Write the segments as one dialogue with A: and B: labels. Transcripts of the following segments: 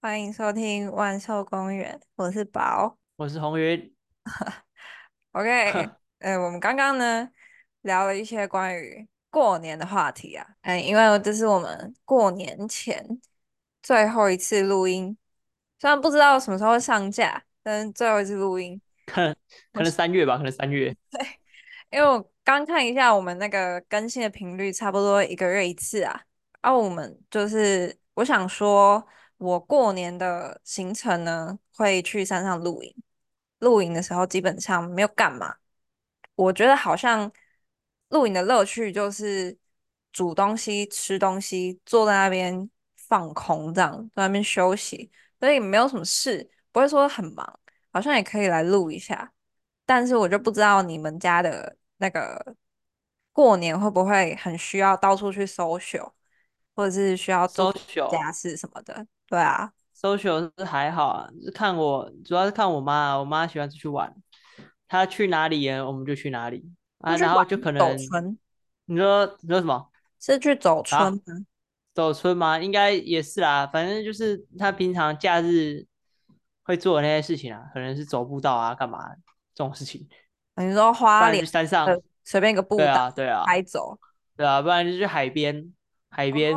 A: 欢迎收听《万寿公园》，我是宝。
B: 我是红云，
A: OK，呃，我们刚刚呢聊了一些关于过年的话题啊，嗯，因为这是我们过年前最后一次录音，虽然不知道什么时候上架，但是最后一次录音，
B: 可能三月吧，可能三月。
A: 因为我刚看一下我们那个更新的频率，差不多一个月一次啊。啊，我们就是我想说，我过年的行程呢会去山上露营，露营的时候基本上没有干嘛。我觉得好像露营的乐趣就是煮东西、吃东西，坐在那边放空，这样在那边休息，所以没有什么事，不会说很忙，好像也可以来录一下。但是我就不知道你们家的那个过年会不会很需要到处去 social，或者是需要做
B: social
A: 家事什么的。对啊，
B: social 是还好啊，是看我，主要是看我妈啊，我妈喜欢出去玩，她去哪里我们就去哪里啊，
A: 是去
B: 然后
A: 玩
B: 就可
A: 走
B: 能
A: 村，
B: 你说你说什么
A: 是去走村
B: 啊？
A: 吗？
B: 走村吗？应该也是啦，反正就是她平常假日会做的那些事情啊，可能是走步道啊，干嘛这种事情，
A: 你说
B: 不
A: 花
B: 然
A: 莲
B: 就山
A: 的
B: 上，
A: 随便一个步
B: 对
A: 道
B: 啊，对啊，
A: 开走。
B: 对啊，不然就去海边，海边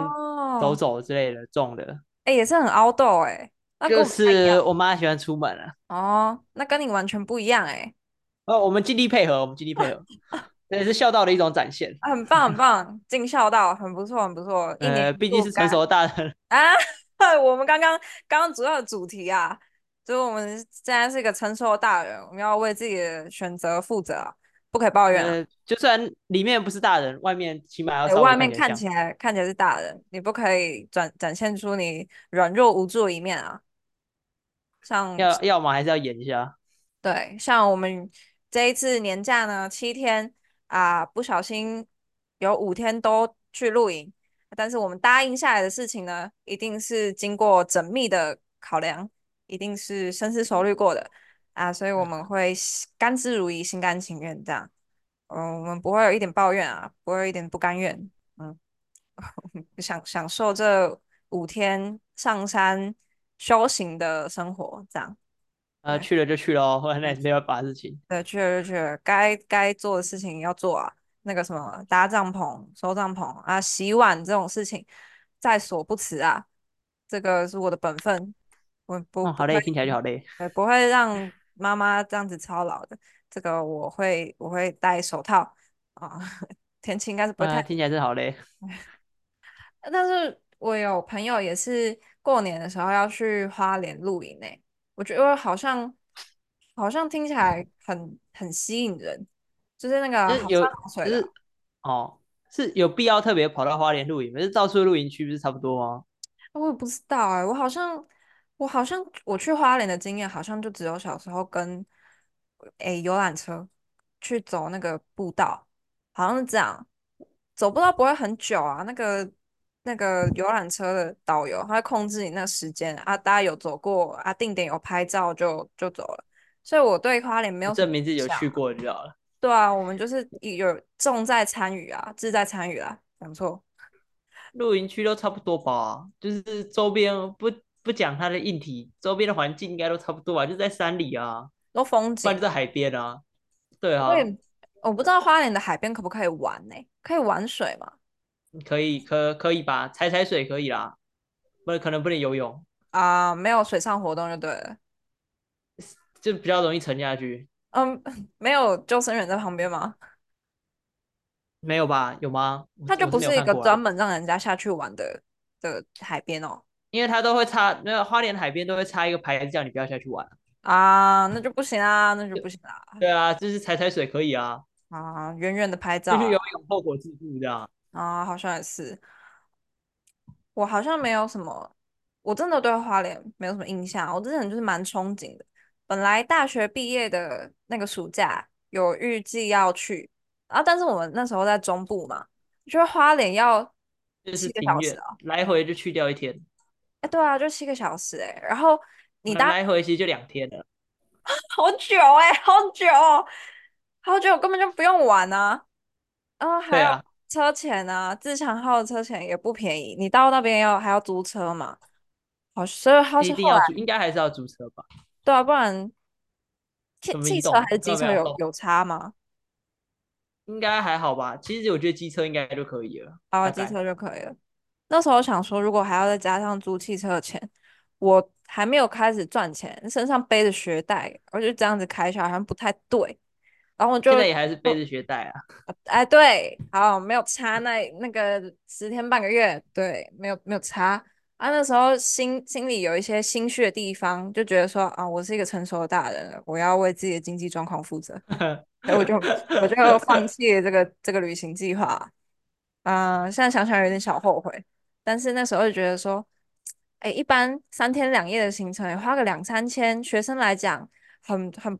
B: 走
A: 哦，
B: 走之类的，这种的，
A: 哎、也是很 outdoor 哎、那跟我
B: 就
A: 们家一样
B: 是我妈喜欢出门啊。
A: 哦，那跟你完全不一样哎、
B: 哦，我们尽力配合，我们尽 力配合，这也是孝道的一种展现。
A: 啊很 棒很棒，尽孝道，很不错很不错，一年
B: 呃，
A: 一
B: 毕竟
A: 度
B: 是
A: 该
B: 成熟的大人，
A: 啊， 我们刚刚刚刚主要的主题啊，就是我们现在是一个成熟的大人，我们要为自己的选择负责啊，不可以抱怨啊。
B: 呃，就算里面不是大人，外面起码要
A: 对，
B: 稍微
A: 外
B: 看
A: 面
B: 起来
A: 看
B: 像。
A: 起来看起来是大人，你不可以展展现出你软弱无助的一面啊。像
B: 要要么还是要演一下。
A: 对，像我们这一次年假呢，七天啊，不小心有五天都去露营，但是我们答应下来的事情呢，一定是经过缜密的考量，一定是深思熟虑过的啊，所以我
B: 嗯，
A: 们会心甘之如饴，心甘情愿这样。嗯，我们不会有一点抱怨啊，不会有一点不甘愿。嗯， 享享受这五天上山修行的生活，这样。
B: 呃，
A: 对。
B: 去了就去喽，后来那也
A: 嗯
B: 是没办法的事情。
A: 对，去了就去了，该该做的事情要做啊。那个什么，搭帐篷、收帐篷啊、洗碗这种事情，在所不辞啊。这个是我的本分，我不
B: 哦，
A: 不
B: 好
A: 会，
B: 累，听起来就好累。
A: 呃，不会让妈妈这样子操劳的。这个我会，我会戴手套啊。 天气应该是不会
B: 呃，
A: 太，
B: 听起来真的好累。
A: 但是我有朋友也是过年的时候要去花莲露营诶，我觉得好像好像听起来很很吸引人，就是那
B: 就
A: 个
B: 是
A: 好
B: 有，
A: 山好水
B: 就
A: 的啊。
B: 是哦，是有必要特别跑到花莲露营吗，是到处露营区不是差不多吗？
A: 我也不知道哎、我好像，我好像我去花莲的经验好像就只有小时候跟，诶、游览车去走那个步道，好像是这样，走步道不会很久啊。那个那个游览车的导游他会控制你那个时间啊，大家有走过啊，定点有拍照就就走了，所以我对花莲没
B: 就
A: 有什
B: 证
A: 么
B: 明自己
A: 印
B: 有
A: 象
B: 去
A: 啊。
B: 过就好了。
A: 对啊，我们就是有重在参与啊，志在参与啊，讲错。
B: 露营区都差不多吧，就是周边不不讲它的硬体，周边的环境应该都差不多吧，就在山里啊，
A: 都风
B: 不
A: 景。
B: 然就在海边啊。对
A: 我也
B: 啊，
A: 我不知道花莲的海边可不可以玩呢、可以玩水吗？
B: 你可以可可以吧，踩踩水可以啦，不可能不能游泳，
A: 啊、没有水上活动就对了。
B: 就比较容易沉下去。
A: 嗯， 没有救生员在旁边吗？
B: 没有吧？有吗？我
A: 它就
B: 我是
A: 不
B: 没有
A: 是一
B: 看
A: 个
B: 过啊
A: 专
B: 啦，
A: 门让人家下去玩的的海边哦。
B: 因为它都会插，那个花莲海边都会插一个牌子叫你不要下去玩。
A: 啊，那就不行啊，那就
B: 就
A: 不行啊。
B: 对啊，就是踩踩水可以啊，
A: 啊，远远的拍照
B: 出去
A: 啊，
B: 游泳后果自负这样。
A: 啊，好像也是。我好像没有什么，我真的对花莲没有什么印象。啊我之前就是蛮憧憬的，本来大学毕业的那个暑假有预计要去，啊，但是我们那时候在中部嘛，就是花莲要
B: 就是
A: 七个
B: 挺
A: 小时
B: 远，
A: 啊，
B: 来回就去掉一天，
A: 哎，对啊，就七个小时哎、然后你
B: 来
A: 搭
B: 来回其实就两天了。
A: 好久哎、好久哦，好久根本就不用玩啊，嗯，还
B: 对
A: 有
B: 啊。
A: 车钱啊，自强号的车钱也不便宜，你到那边要还要租车嘛。好，所以他
B: 一
A: 是
B: 定
A: 后
B: 要
A: 来
B: 租，应该还是要租车吧？
A: 对啊，不然汽
B: 什么
A: 汽
B: 运
A: 车
B: 动
A: 还是机
B: 要不
A: 车
B: 要
A: 有
B: 动？
A: 有差吗？
B: 应该还好吧？其实我觉得机车应该就可以了，
A: 啊，
B: 大
A: 机
B: 概。
A: 车就可以了。那时候想说，如果还要再加上租汽车的钱，我还没有开始赚钱，身上背着学贷，我就这样子开销好像不太对。然后我
B: 现
A: 就
B: 在也还是背
A: 就
B: 着学贷啊，
A: 哎，对，好，没有差那那个十天半个月，对，没有没有差啊。那时候心心里有一些心虚的地方，就觉得说啊，我是一个成熟的大人了，我要为自己的经济状况负责，
B: 啊
A: 所以我就我就放弃了这个这个旅行计划。嗯、现在想想有点小后悔，但是那时候就觉得说，哎，一般三天两夜的行程花个两三千，学生来讲很很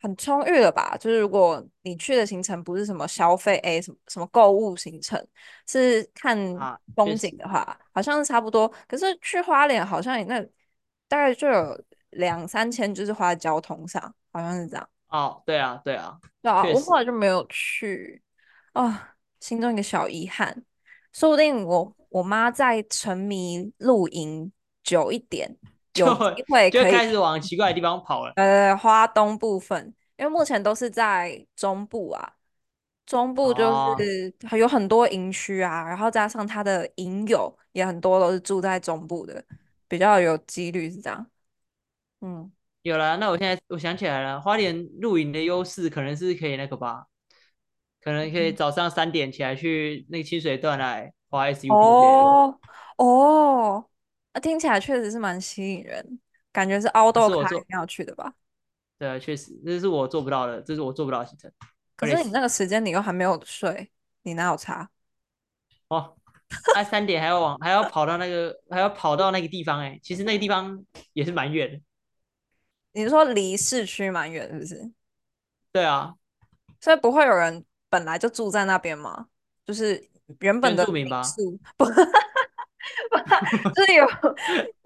A: 很充裕了吧？就是如果你去的行程不是什么消费，哎，什么什么购物行程，是看
B: 啊，确
A: 风景
B: 实，
A: 的话，好像是差不多。可是去花莲好像也那大概就有两三千，就是花在交通上，好像是这样。
B: 哦，对啊，对啊，
A: 对啊，
B: 确
A: 我后
B: 实，
A: 来就没有去，啊，心中一个小遗憾，说不定我我妈再沉迷露营久一点，
B: 就
A: 有
B: 会
A: 机会
B: 就
A: 可
B: 会开
A: 以，
B: 始往奇怪的地方跑了。
A: 呃，花东部分，因为目前都是在中部啊，中部就
B: 哦，
A: 是有很多营区啊，然后加上它的营友也很多都是住在中部的，比较有几率是这样，嗯，
B: 有了，那我现在我想起来了，花莲露营的优势可能是可以那个吧，可能
A: 嗯
B: 可以早上三点起来去那个清水断奶滑 SUP 之类的。
A: 哦哦，啊，听起来确实是蛮吸引人，感觉是凹
B: 这
A: 豆
B: 是
A: 咖
B: 我
A: 一
B: 做，
A: 定要去的吧？
B: 对，啊确实，这是我做不到的，这是我做不到的行程，
A: 可
B: 累
A: 是你
B: 死。
A: 那个时间你又还没有睡，你哪有差？
B: 哦，啊，三点还要往还要跑到那个还要跑到那个地方哎、其实那个地方也是蛮远的。
A: 你是说离市区蛮远是不是？
B: 对啊，
A: 所以不会有人本来就住在那边吗？就是原本
B: 原
A: 的
B: 住民
A: 民
B: 吧，
A: 宿，不， 就是有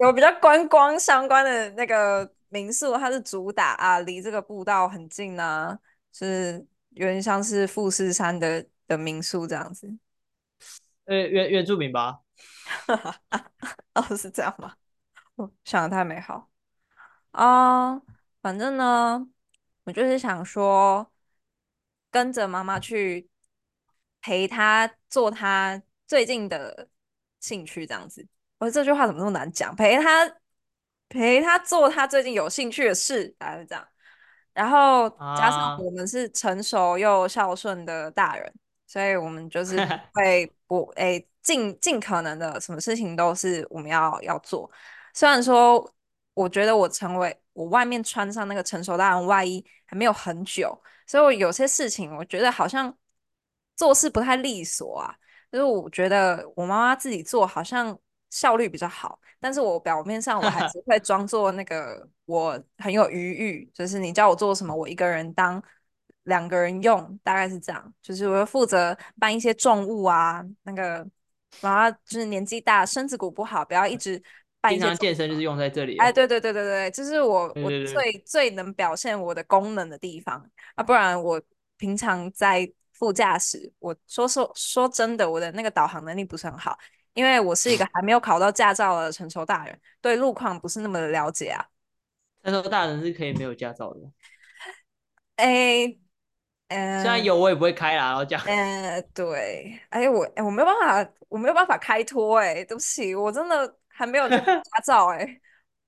A: 有比较观光相关的那个民宿，它是主打啊，离这个步道很近啊，就是有点像是富士山的的民宿这样子。
B: 呃，原原住民吧，
A: 哦，是这样吗？我想的太美好啊反正呢，我就是想说，跟着妈妈去陪她做她最近的兴趣，这样子。我这句话怎么那么难讲？陪她陪她做她最近有兴趣的事，大概是这样。然后加上
B: 啊，
A: 我们是成熟又孝顺的大人，所以我们就是不会不诶，尽尽可能的什么事情都是我们要要做。虽然说我觉得我成为我外面穿上那个成熟大人外衣还没有很久，所以我有些事情我觉得好像做事不太利索啊。就是我觉得我妈妈自己做好像效率比较好，但是我表面上我还 是会装作那个我很有余裕，就是你叫我做什么，我一个人当。两个人用，大概是这样。就是我会负责搬一些重物啊，那个，然后就是年纪大，身子骨不好，不要一直搬一
B: 经
A: 些
B: 常
A: 重
B: 健身
A: 物
B: 就
A: 嘛。
B: 是用在这里
A: 哎，
B: 了。
A: 对对对对对，这是我
B: 对
A: 我
B: 对对，
A: 最最能表现我的功能的地方啊，不然我平常在副驾驶，我说说说真的，我的那个导航能力不是很好，因为我是 一个还没有考到驾照的成熟大人，对路况不是那么的了解啊。
B: 那时候大人是可以没有驾照的，
A: 哎，
B: 虽然
A: 嗯、
B: 有我也不会开啦，然后 这样。
A: 呃，对，哎，我哎，我没有办法，我没有办法开脱，哎，对不起，我真的还没有 去考驾照，哎，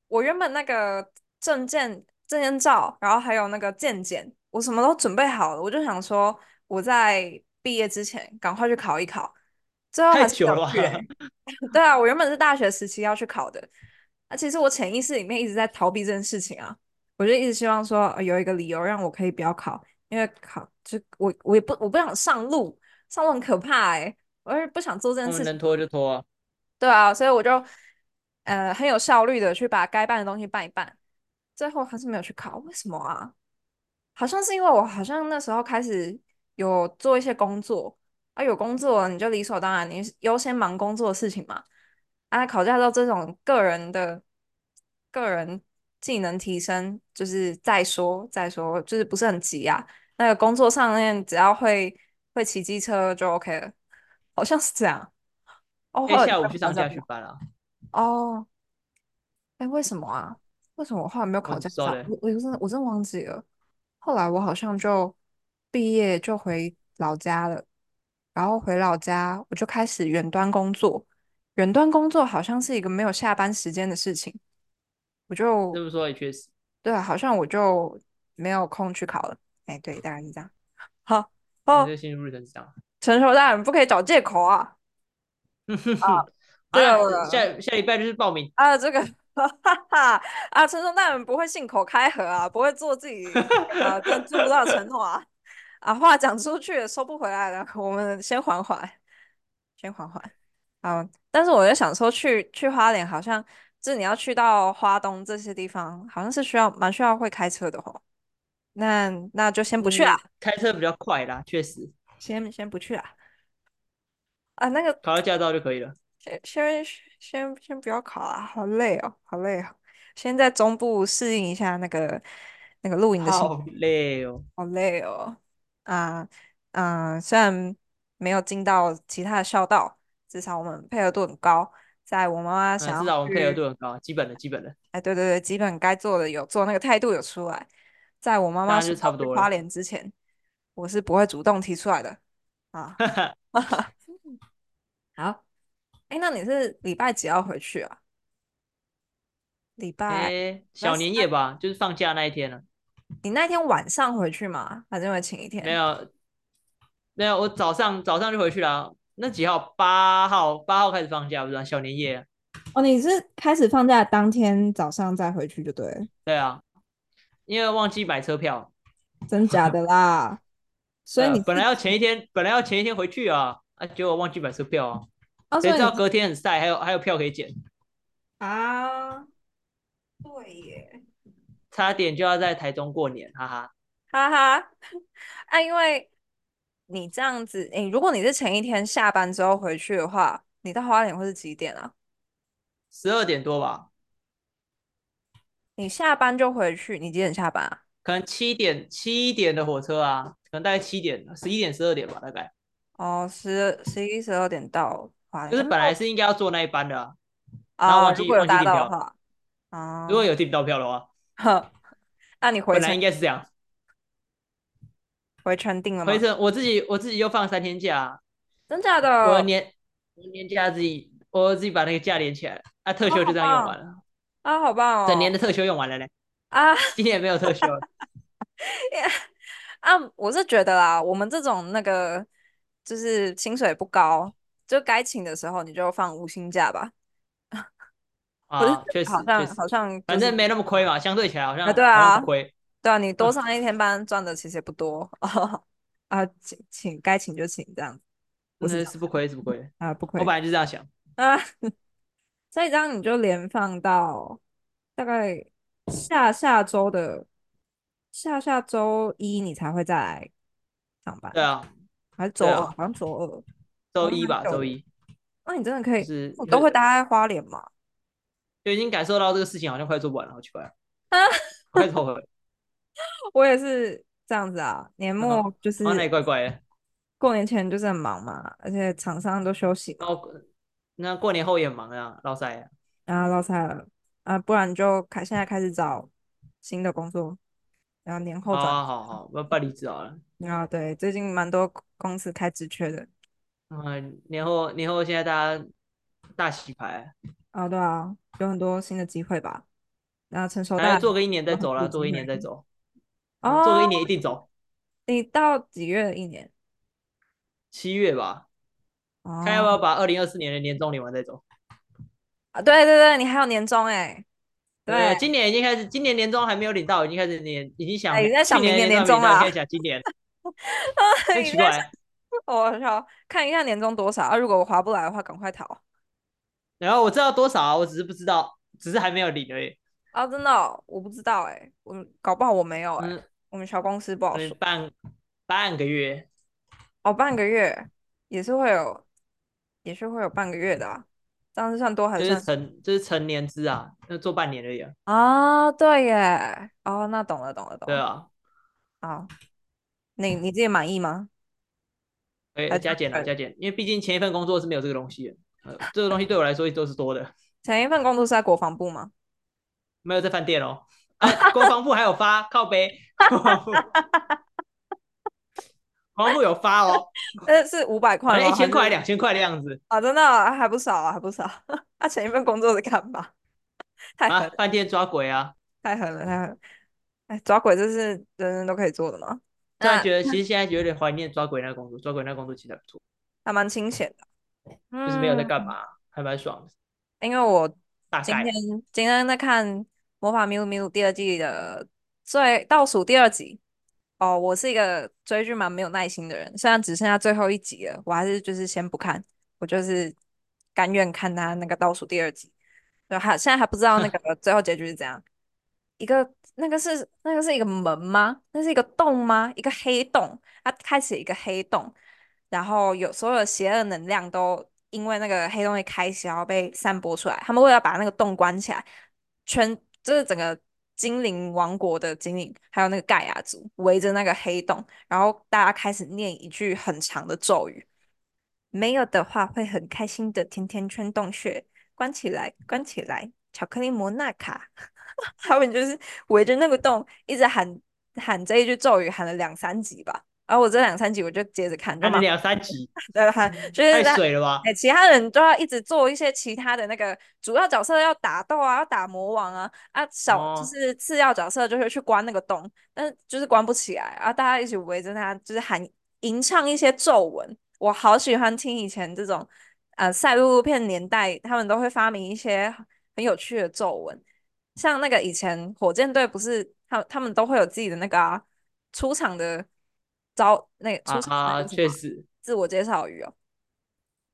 A: 我原本那个证件、证件照，然后还有那个健检，我什么都准备好了，我就想说我在毕业之前赶快去考一考，最后
B: 太
A: 还是没
B: 久
A: 有
B: 了
A: 去，
B: 吧？
A: 哎，对啊，我原本是大学时期要去考的，那其实我潜意识里面一直在逃避这件事情啊，我就一直希望说呃有一个理由让我可以不要考。因为考就我我也不我不想上路，上路很可怕哎、我是不想做这件
B: 我
A: 事
B: 们
A: 情，
B: 能拖就拖啊。
A: 对啊，所以我就呃很有效率的去把该办的东西办一办，最后还是没有去考，为什么啊？好像是因为我好像那时候开始有做一些工作啊，有工作了你就理所当然，你优先忙工作的事情嘛。啊，考驾照这种个人的个人技能提升，就是再说再说，就是不是很急啊。那个工作上面只要会会骑机车就 OK 了，好像是这样。哦，
B: 可以
A: 后来就
B: 下午去
A: 考
B: 上
A: 驾
B: 下
A: 不
B: 去
A: 了。
B: 班啊。
A: 哦，哎，为什么啊？为什么我后来没有
B: 我
A: 考驾
B: 走
A: 照？
B: 了。
A: 我我真的我真的忘记了。后来我好像就毕业就回老家了，然后回老家我就开始远端工作。远端工作好像是一个没有下班时间的事情，我就
B: 这么说也确实，
A: 对啊，好像我就没有空去考了。哎，对，大概是这样。好
B: 你
A: 哦，
B: 这心路历程是这样。
A: 成熟大人不可以找借口啊！ 啊，
B: 好
A: 这
B: 啦，
A: 个
B: 下下礼拜就是报名。
A: 啊，这个 哈哈哈啊，成熟大人不会信口开河啊，不会做自己呃真做不到的承诺啊啊，话讲出去了收不回来了，我们先缓缓，先缓缓。好，但是我就想说去去花莲，好像就是你要去到花东这些地方，好像是需要蛮需要会开车的哦。那那就先不去啦，
B: 嗯，开车比较快啦，确实，
A: 先先不去啦。啊，那个
B: 考到驾照就可以了。
A: 先先先先不要考啦，好累哦，好累哦。先在中部适应一下那个那个露营的心
B: 好
A: 情，
B: 累哦，
A: 好累哦。啊嗯，虽然没有进到其他的校道，至少我们配合度很高。在我妈妈
B: 嗯，
A: 想
B: 至
A: 要
B: 少我们配合
A: 去，
B: 度很高，基本的基 本的，
A: 哎，对对对，基本该做的有做，那个态度有出来。在我妈
B: 当
A: 妈
B: 然
A: 说
B: 就
A: 要
B: 差不
A: 去
B: 多
A: 花
B: 了。
A: 莲之前，我是不会主动提出来的啊。好，哎，那你是礼拜几要回去啊？礼拜
B: 诶，
A: 礼拜
B: 小
A: 三，
B: 年夜吧，就是放假那一天了、
A: 你那天晚上回去吗？还是会请一
B: 没
A: 天？
B: 有，没有，我早上早上就回去了。那几号？八号，八号开始放假，不是、啊、小年夜啊。
A: 哦，你是开始放假当天早上再回去就对了，
B: 对啊，因为忘记买车票。
A: 真假的啦？所
B: 对
A: 以
B: 啊，
A: 你
B: 本来
A: 是
B: 要前一天，本来要前一天回去啊，啊，结果忘记买车票啊。
A: 哦，
B: 谁
A: 所
B: 知
A: 以你
B: 道
A: 是
B: 隔天很晒，还有还有票可以捡，
A: 啊，对耶，
B: 差点就要在台中过年，哈哈。
A: 哈哈，啊，因为你这样子，诶，如果你是前一天下班之后回去的话，你到花莲会是几点啊？
B: 十二点多吧，
A: 你下班就回去，你几点下班啊？
B: 可能七点七点的火车啊，可能大概七点十一点十二点吧，大概
A: 哦，十十一十二点到花莲，
B: 就是
A: 嗯
B: 本来是应该要坐那一班的啊，然后
A: 啊，
B: 忘
A: 如
B: 记
A: 果有
B: 忘记
A: 搭
B: 订
A: 到的
B: 票了，
A: 话，
B: 如果
A: 啊，
B: 有订不到票的话，
A: 呵，那你回
B: 本来
A: 程
B: 应该是这样。
A: 回程定了
B: 回
A: 吗？
B: 程我自己我自己又放三天假，
A: 真假
B: 我
A: 的？
B: 年我年假自己我自己把那个假连起来，啊，特
A: 啊，
B: 休就
A: 好
B: 这样用完
A: 棒！
B: 了，
A: 啊，好棒
B: 整年
A: 哦！
B: 的特休用完了嘞，
A: 啊
B: 今年没有特休了，
A: 啊，我是觉得啦，我们这种那个就是薪水不高，就该请的时候你就放无薪假吧。 不是，
B: 啊，确
A: 好
B: 实确
A: 像好
B: 实，
A: 像就
B: 反
A: 是
B: 正没那么嗯亏嘛，相对起来好
A: 啊，
B: 像
A: 对
B: 好像
A: 啊，
B: 不亏，
A: 对啊，你多
B: 哼
A: 上一天班赚的其实也不多 啊，请请该请就请这样子，我是
B: 那
A: 这样
B: 嗯是不亏是不亏，
A: 啊，不
B: 我
A: 亏
B: 本来就这样想。
A: 啊。所以这样你就连放到大概下下周的下下周一，你才会再来上
B: 对
A: 班，
B: 啊，
A: 还是周
B: 对
A: 二？
B: 啊，
A: 好像周二，
B: 周
A: 哦，那
B: 一
A: 蛮
B: 吧，
A: 久
B: 周
A: 的。
B: 一
A: 那你真的可
B: 就
A: 以，
B: 是
A: 我
B: 就
A: 都会待在花莲嘛？
B: 就已经感受到这个事情好像快做不完了，好奇怪啊，
A: 啊，
B: 我开始后悔了，
A: 我也是这样子啊。年
B: 然
A: 末
B: 后
A: 就
B: 然后那里
A: 是
B: 怪怪的，
A: 过年前就是很忙嘛，而且厂商都休息
B: 然
A: 嘛，
B: 后那过年后也很忙啊，老塞啊，
A: 然后落差了啊，不然就开现在开始找新的工作，然后年后
B: 啊好
A: 转。
B: 好好好，我要办离职好了，
A: 啊，对，最近蛮多公司开职缺的。
B: 嗯，年后年后现在大家大洗牌，
A: 啊，对啊，有很多新的机会吧。那成熟
B: 反
A: 哦大
B: 正做个一年再
A: 有很
B: 走
A: 多
B: 啦，做
A: 机
B: 个一年
A: 会。
B: 再走，嗯，做个一
A: 哦，
B: 年一定走，
A: 你到几月一年？
B: 七月吧，看要不要
A: 哦，
B: 把二零二四年的年终领完再走，
A: 啊，对对对，你还有年终哎，对，
B: 对不对？啊今年已经开始，今年年终还没有领到，已经开始年已经想
A: 哎，你在
B: 去
A: 想明
B: 年的
A: 年
B: 年终
A: 年
B: 还没
A: 终啊
B: 领到，现在
A: 啦？
B: 想今年，真
A: 你
B: 奇
A: 在想，
B: 怪。
A: 我靠，看一下年终多少啊？如果我划不来的话，赶快逃。
B: 然后我知道多少啊，我只是不知道，只是还没有领而已。
A: 啊，真的哦，我不知道哎，我搞不好我没有哎，
B: 嗯，
A: 我们小公司不好
B: 可能
A: 说。
B: 半半个月，
A: 哦，半个月也是会有，也是会有半个月的啊，这样是算多还
B: 就是是
A: 算少？
B: 成就是成年资啊，那做半年而已啊。
A: 啊，对耶，哦，那懂了，懂了，懂
B: 对
A: 了。
B: 啊，
A: 好，你你自己满意吗？
B: 可
A: 还
B: 以
A: 是
B: 加减啊，
A: 呃
B: 加减，因为毕竟前一份工作是没有这个东西的。呃，这个东西对我来说都是多的。
A: 前一份工作是在国防部吗？
B: 没有在饭店哦。啊，国防部还有发靠背，国防部，国防部有发 哦，
A: 呃，是五百
B: 好
A: 块
B: 像
A: 吗？
B: 一千块、
A: 还是
B: 两千块的样子
A: 啊，真的啊还不少啊，还不少。 他前一份工作是干嘛？ 太狠
B: 啊，
A: 了，
B: 饭店抓鬼啊。
A: 太狠了，太狠了！哎，抓鬼这是人人都可以做的吗？
B: 突然
A: 那
B: 觉得，其实现在有点怀念抓鬼那个工作，抓鬼那个工作其实还不错，
A: 还蛮清闲的。
B: 就是没有在
A: 嗯，
B: 干嘛，还蛮爽的。
A: 因为我
B: 大
A: 今天
B: 概
A: 今天在看《魔法咪路咪路》第二季的最倒数第二集。哦，我是一个追剧蛮没有耐心的人，虽然只剩下最后一集了，我还是就是先不看，我就是甘愿看他那个倒数第二集。就还现在还不知道那个最后结局是怎样。一个那个是那个是一个门吗？那是一个洞吗？一个黑洞，它开始一个黑洞，然后有所有的邪恶能量都因为那个黑洞的开启，然后被散播出来。他们为了把那个洞关起来，全就是整个精灵王国的精灵，还有那个盖亚族围着那个黑洞，然后大家开始念一句很长的咒语。没有的话会很开心的甜甜圈洞穴，关起来，关起来，巧克力摩纳卡。 他们就是围着那个洞一直喊喊这一句咒语，喊了两三集吧。然后我这两三集我就接着看，就
B: 按了
A: 蛮
B: 啊两三集，
A: 对，还就是
B: 嗯太
A: 在
B: 水了吧？
A: 哎、其他人都要一直做一些其他的那个主要角色要打斗啊，要打魔王啊，啊小就
B: 哦，
A: 是次要角色就是去关那个洞，但是就是关不起来啊，大家一起围着他，就是喊吟唱一些咒文。我好喜欢听以前这种呃赛璐璐片年代，他们都会发明一些很有趣的咒文，像那个以前火箭队不是他他们都会有自己的那个啊、出场的招，那个哎出场那
B: 啊，
A: 个什
B: 确
A: 么
B: 实，
A: 自我介绍语哦。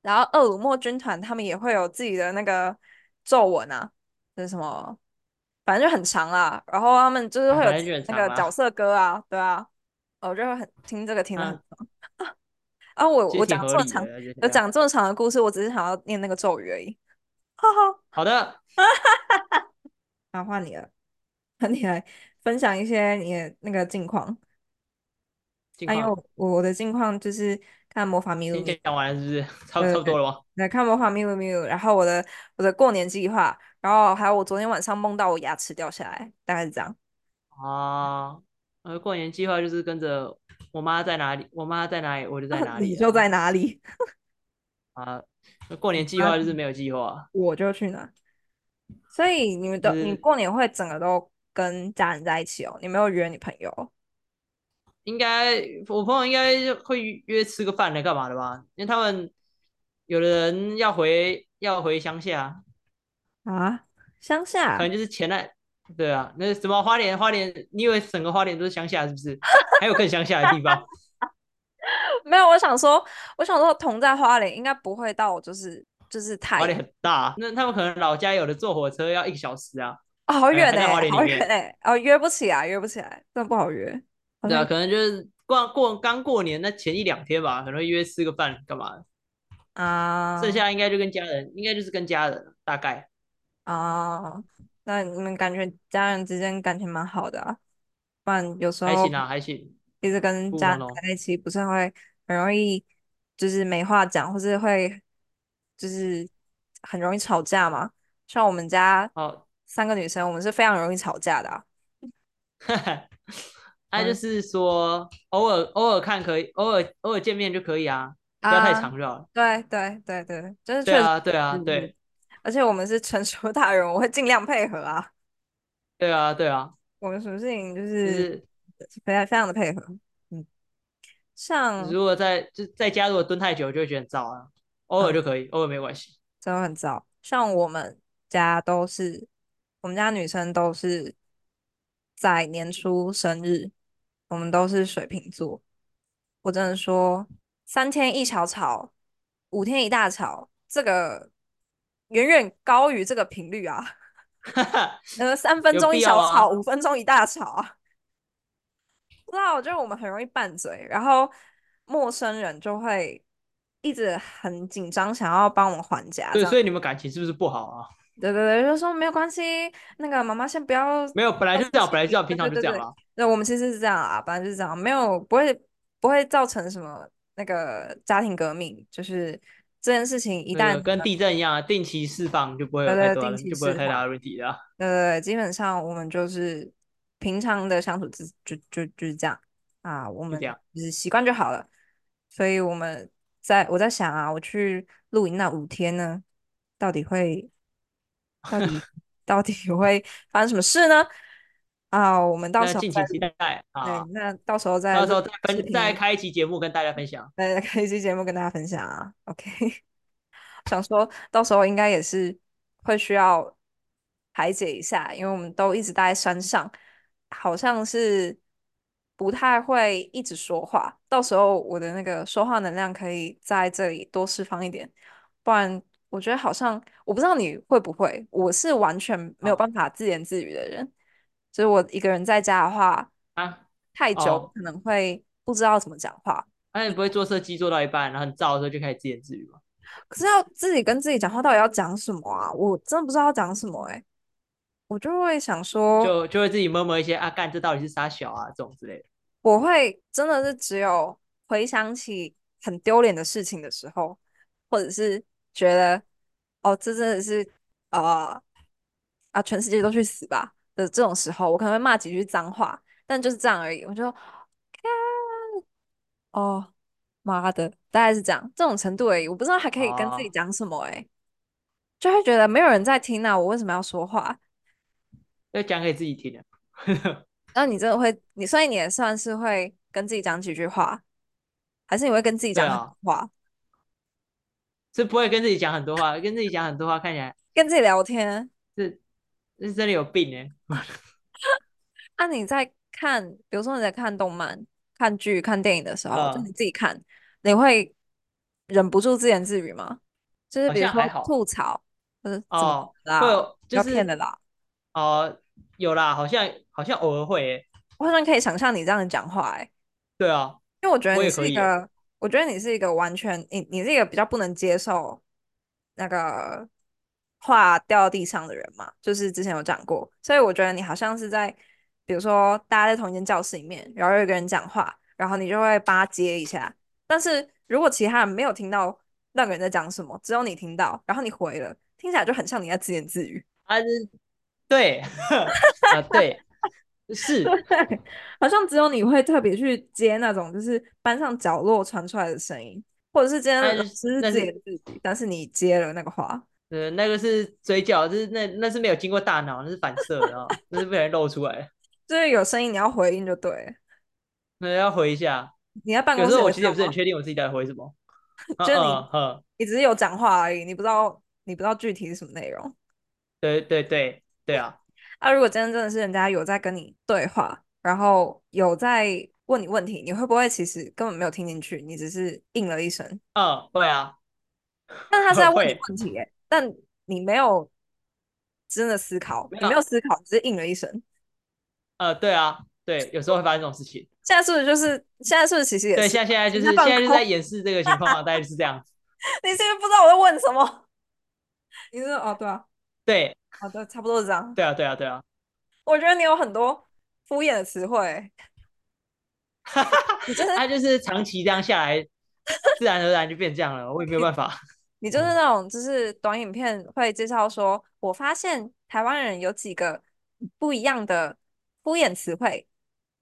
A: 然后厄鲁莫军团他们也会有自己的那个皱纹啊，就是什么，反正就很长啦。然后他们就是
B: 啊，
A: 会有
B: 反
A: 自
B: 正
A: 己
B: 就很
A: 那
B: 长
A: 个角
B: 啦。
A: 色歌啊，对啊，我就会很听这个听得很
B: 啊，
A: 爽 啊。我
B: 其
A: 我
B: 实
A: 讲
B: 挺合
A: 这么
B: 理的，啊
A: 长，
B: 我觉得
A: 我
B: 这样。
A: 讲这么长的故事，我只是想要念那个咒语而已，哈哈。
B: 好的，
A: 那换你了，换你来分享一些你的那个近况。
B: 近
A: 啊，因为
B: 况
A: 我我的近况就是看《魔法咪路
B: 已
A: 咪
B: 经
A: 路》。
B: 讲完了，是不是？ 差
A: 对
B: 不差
A: 对
B: 不多
A: 对，
B: 了吗？
A: 来看魔法咪路咪路，然后我的我的过年计划，然后还有我昨天晚上梦到我牙齿掉下来，大概是这样。
B: 啊，呃，过年计划就是跟着我妈在哪里，我妈在哪里，我就在 哪
A: 你
B: 里
A: 就
B: 啊。
A: 在哪里，
B: 啊，那过年计
A: 啊，
B: 划就是没有计划，
A: 我就去哪。所以你们
B: 就
A: 都你
B: 是
A: 过年会整个都跟家人在一起哦，你没有约你朋友哦。
B: 应该我朋友应该就会约约吃个饭来干嘛的吧？因为他们有的人要回要回乡下，
A: 啊？乡
B: 可能
A: 下
B: 就是前那对啊，那什么花莲花莲，你以为整个花莲都是乡下是 不是？还有更乡下的地方？
A: 没有，我想说，我想说同在花莲应该不会到就是就是太
B: 花莲很大，啊那他们可能老家有的坐火车要一个小时啊，
A: 啊、好
B: 还
A: 远
B: 还在花
A: 哎、
B: 莲里
A: 好远
B: 面，
A: 哎、哦约不起来，约不起来，真的不好约，好
B: 对
A: 像
B: 啊，可能就是过过刚过年那前一两天吧，可能会约吃个饭干嘛的，剩
A: 啊。
B: 下应该就跟家人，应该就是跟家人大概。
A: 哦，那你们感觉家人之间感情蛮好的啊，不然有时
B: 还
A: 候
B: 行啊，还行，
A: 一直跟
B: 普普
A: 家
B: 通
A: 人
B: 通。
A: 在一起，不是会很容易就是没话讲，或是会就是很容易吵架嘛？像我们家
B: 好，
A: 三个女生，我们是非常容易吵架的啊。
B: 那就
A: 嗯
B: 是说，偶尔偶尔看可以，偶尔偶尔见面就可以啊，不要太
A: 啊，
B: 长就好了。
A: 对对对对，就是
B: 对
A: 确实，
B: 啊，对啊，
A: 嗯嗯，
B: 对，
A: 而且我们是成熟大人，我会尽量配合啊。
B: 对啊，对啊，
A: 我们什么事情就
B: 就是是
A: 非常非常的配合，嗯，像。
B: 如果在就在家如果蹲太久，就会觉得很燥啊。偶尔
A: 嗯。
B: 就可以，偶尔没关系。
A: 真的很早。像我们家都是，我们家女生都是在年初生日，我们都是水瓶座。我只能说，三天一小吵，五天一大吵，这个远远高于这个频率啊。 呃，三分
B: 有
A: 钟一
B: 必要
A: 小吵，
B: 吗？
A: 五分钟一大吵啊。不知道，我觉得我们很容易拌嘴，然后陌生人就会一直很紧张，想要帮我们还价这
B: 对，
A: 样。
B: 所以你们感情是不是不好啊？
A: 对对对，就说没有关系，那个妈妈先不要
B: 没有，本来
A: 太
B: 就
A: 生
B: 这样，本来就
A: 气。
B: 这样，
A: 对对
B: 平常就
A: 对
B: 这样啊
A: 对，
B: 啦。
A: 对我们其实是这样啊，本来就是这样，没有不会不会造成什么那个家庭革命，就是这件事情一
B: 对
A: 旦
B: 对，跟地震一样啊，定期释放就不会有
A: 对
B: 太
A: 对
B: 多
A: 定
B: 的，
A: 期
B: 就不会有
A: 释
B: 太
A: 放，
B: 大的问题的啊。
A: 对对对，基本上我们就是平常的相处之就就就是这样啊，我
B: 就
A: 们
B: 这样，
A: 就是习惯就好了。所以我们在我在想啊，我去露营那五天呢，到底会到 底到底会发生什么事呢？啊，我们到
B: 那
A: 时候
B: 敬
A: 再
B: 请期待
A: 对，
B: 啊！
A: 那到时候再
B: 到时
A: 录
B: 候再
A: 视
B: 分再
A: 频，
B: 开一期节目跟大家分享。
A: 再开一期节目跟大家分享啊。OK，想说到时候应该也是会需要排解一下，因为我们都一直待在山上，好像是不太会一直说话。到时候我的那个说话能量可以在这里多释放一点，不然我觉得好像我不知道你会不会，我是完全没有
B: 好
A: 办法自言自语的人，就是我一个人在家的话。
B: 啊，
A: 太久，
B: 哦，
A: 可能会不知道怎么讲话。
B: 那、你不会做设计做到一半，然后很燥的时候就开始自言自语吗？
A: 可是要自己跟自己讲话，到底要讲什么啊？我真的不知道要讲什么诶、我就会想说，
B: 就就会自己摸摸一些啊，干这到底是啥小啊这种之类的。
A: 我会真的是只有回想起很丢脸的事情的时候，或者是觉得哦，这真的是呃啊，全世界都去死吧的这种时候，我可能会骂几句脏话，但就是这样而已。我就看哦，妈的，大概是这样，这种程度而已。我不知道还可以跟自己
B: 哦，
A: 讲什么诶、就会觉得没有人在听啊那、我为什么要说话？
B: 要讲给自己听的。
A: 那你真的会，你所以你也算是会跟自己讲几句话，还是你会跟自己
B: 对
A: 讲很多
B: 啊，
A: 话，
B: 是不会跟自己讲很多话，跟自己讲很多话看起来
A: 跟自己聊天？
B: 是是真的有病哎、
A: 那、你在看，比如说你在看动漫、看剧、看电影的时候，就
B: 啊、
A: 你自己看，你会忍不住自言自语吗？就是
B: 好
A: 比如
B: 像
A: 说
B: 还好
A: 吐槽，就是怎么
B: 哦，会
A: 啦，
B: 有
A: 不
B: 就
A: 啊要骗
B: 是
A: 了啦。
B: 哦、有啦，好像好像偶尔会诶、
A: 我好像可以想象你这样讲话、欸，
B: 对啊，
A: 因为我觉得
B: 我
A: 你
B: 也
A: 是
B: 可
A: 一
B: 以啊诶、
A: 个，我觉得你是一个完全，你你是一个比较不能接受那个话掉到地上的人嘛，就是之前有讲过，所以我觉得你好像是在，比如说大家在同一间教室里面，然后有一个人讲话，然后你就会巴结一下，但是如果其他人没有听到那个人在讲什么，只有你听到，然后你回了，听起来就很像你在自言自语，
B: 啊，是对 啊，对，
A: 对，
B: 是
A: 好像只有你会特别去接那种，就是班上角落传出来的声音，或者是今天
B: 啊，
A: 老
B: 就是
A: 师是
B: 那
A: 自言
B: 是
A: 自语，但是你接了那个话，
B: 呃，那个是嘴角，就是那那是没有经过大脑，那是反射的哦，那是被人露出来的，
A: 就是有声音你要回应就对了。
B: 那要回一下。
A: 你在办
B: 有
A: 公
B: 时
A: 室
B: 候
A: 也
B: 我
A: 会这
B: 其实也
A: 样
B: 不是
A: 吗？
B: 很确定我自己在回什 么，嗯
A: 就是
B: 嗯
A: 你
B: 嗯，
A: 你只是有讲话而已，你不知道你不知道具体是什么内容。
B: 对对对对啊，
A: 啊，如果今天真的是人家有在跟你对话，然后有在问你问题，你会不会其实根本没有听进去，你只是应了一声？
B: 嗯，会啊，
A: 但他是在问你
B: 会，
A: 问题、欸，但你没有真的思考，
B: 没
A: 你没有
B: 有，
A: 思考，只是应了一声。
B: 呃，对啊，对，有时候会发生这种事情。
A: 现在是不是就是现在是不是其实也
B: 对，
A: 是
B: 像现在就
A: 你在
B: 是
A: 放
B: 现在就是在
A: 空，
B: 演示这个情况，大概就是这样。
A: 你是不是不知道我在问什么？ 你是哦对啊，
B: 对，
A: 好的，差不多是这样。
B: 对啊，对啊，对啊，
A: 我觉得你有很多敷衍的词汇 欸，你 就是
B: 他就是长期这样下来，自然而然就变这样了，我也没有办法。
A: 你就是那种就是短影片会介绍说，我发现台湾人有几个不一样的敷衍词汇。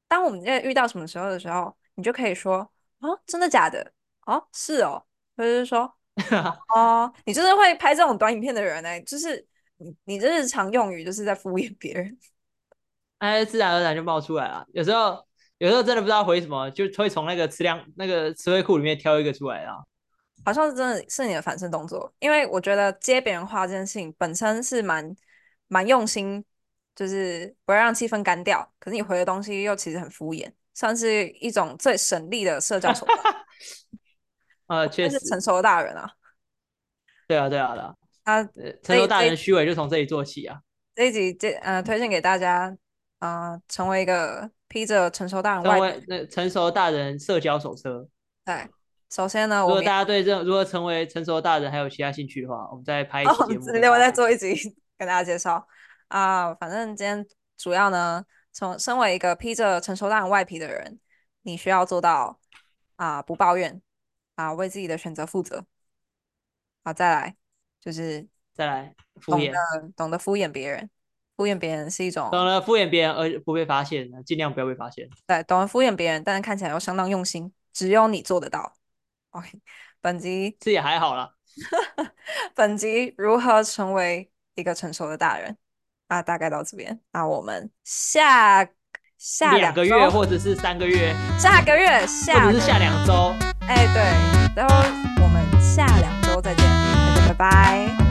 A: 当我们在遇到什么时候的时候，你就可以说啊，真的假的？哦，是哦，或者是说哦，你就是会拍这种短影片的人呢、就是你你这日常用语就是在敷衍别人。
B: 哎，自然而然就冒出来了。有时候，有时候真的不知道回什么，就会从那个词量、那个词汇库里面挑一个出来啊。
A: 好像是真的是你的反射动作，因为我觉得接别人话这件事情本身是蛮蛮用心，就是不会让气氛干掉。可是你回的东西又其实很敷衍，算是一种最省力的社交手段。
B: 呃， 确
A: 但是成
B: 实，
A: 熟的大人啊，
B: 对啊，对啊，对啊。
A: 他
B: 呃，
A: 这
B: 成熟
A: 一
B: 大
A: 这
B: 人的
A: 一
B: 虚伪就从这里做起啊，
A: 这一集这
B: 嗯
A: 呃推荐给大家，呃，成为一个披着成熟大人
B: 成
A: 外表。
B: 为那成熟大人社交手册。
A: 对，首先呢，
B: 如
A: 我
B: 果
A: 们
B: 大
A: 要
B: 家对这如何成为成熟大人还有其他兴趣的话，我们再拍一
A: 哦，
B: 期节目
A: 资
B: 跟
A: 料
B: 大家
A: 再做
B: 分享。
A: 一集跟大家介绍啊、反正今天主要呢，从身为一个披着成熟大人外皮的人，你需要做到啊、不抱怨啊、为自己的选择负责。好，再来，就是
B: 再来敷
A: 懂
B: 衍
A: 得，懂得敷衍别人，敷衍别人是一
B: 懂
A: 种
B: 了敷衍别人而不被发现，尽量不要被发现。
A: 对，懂得敷衍别人，但是看起来又相当用心，只有你做得到。OK，本集
B: 这也还好啦，
A: 本集如何成为一个成熟的大人啊，大概到这边。那我们下下
B: 两
A: 两
B: 个
A: 周，
B: 月或者是三个月，
A: 下个月
B: 或
A: 下
B: 者是下两周。
A: 哎对，然后我们下两周再见，大家拜拜。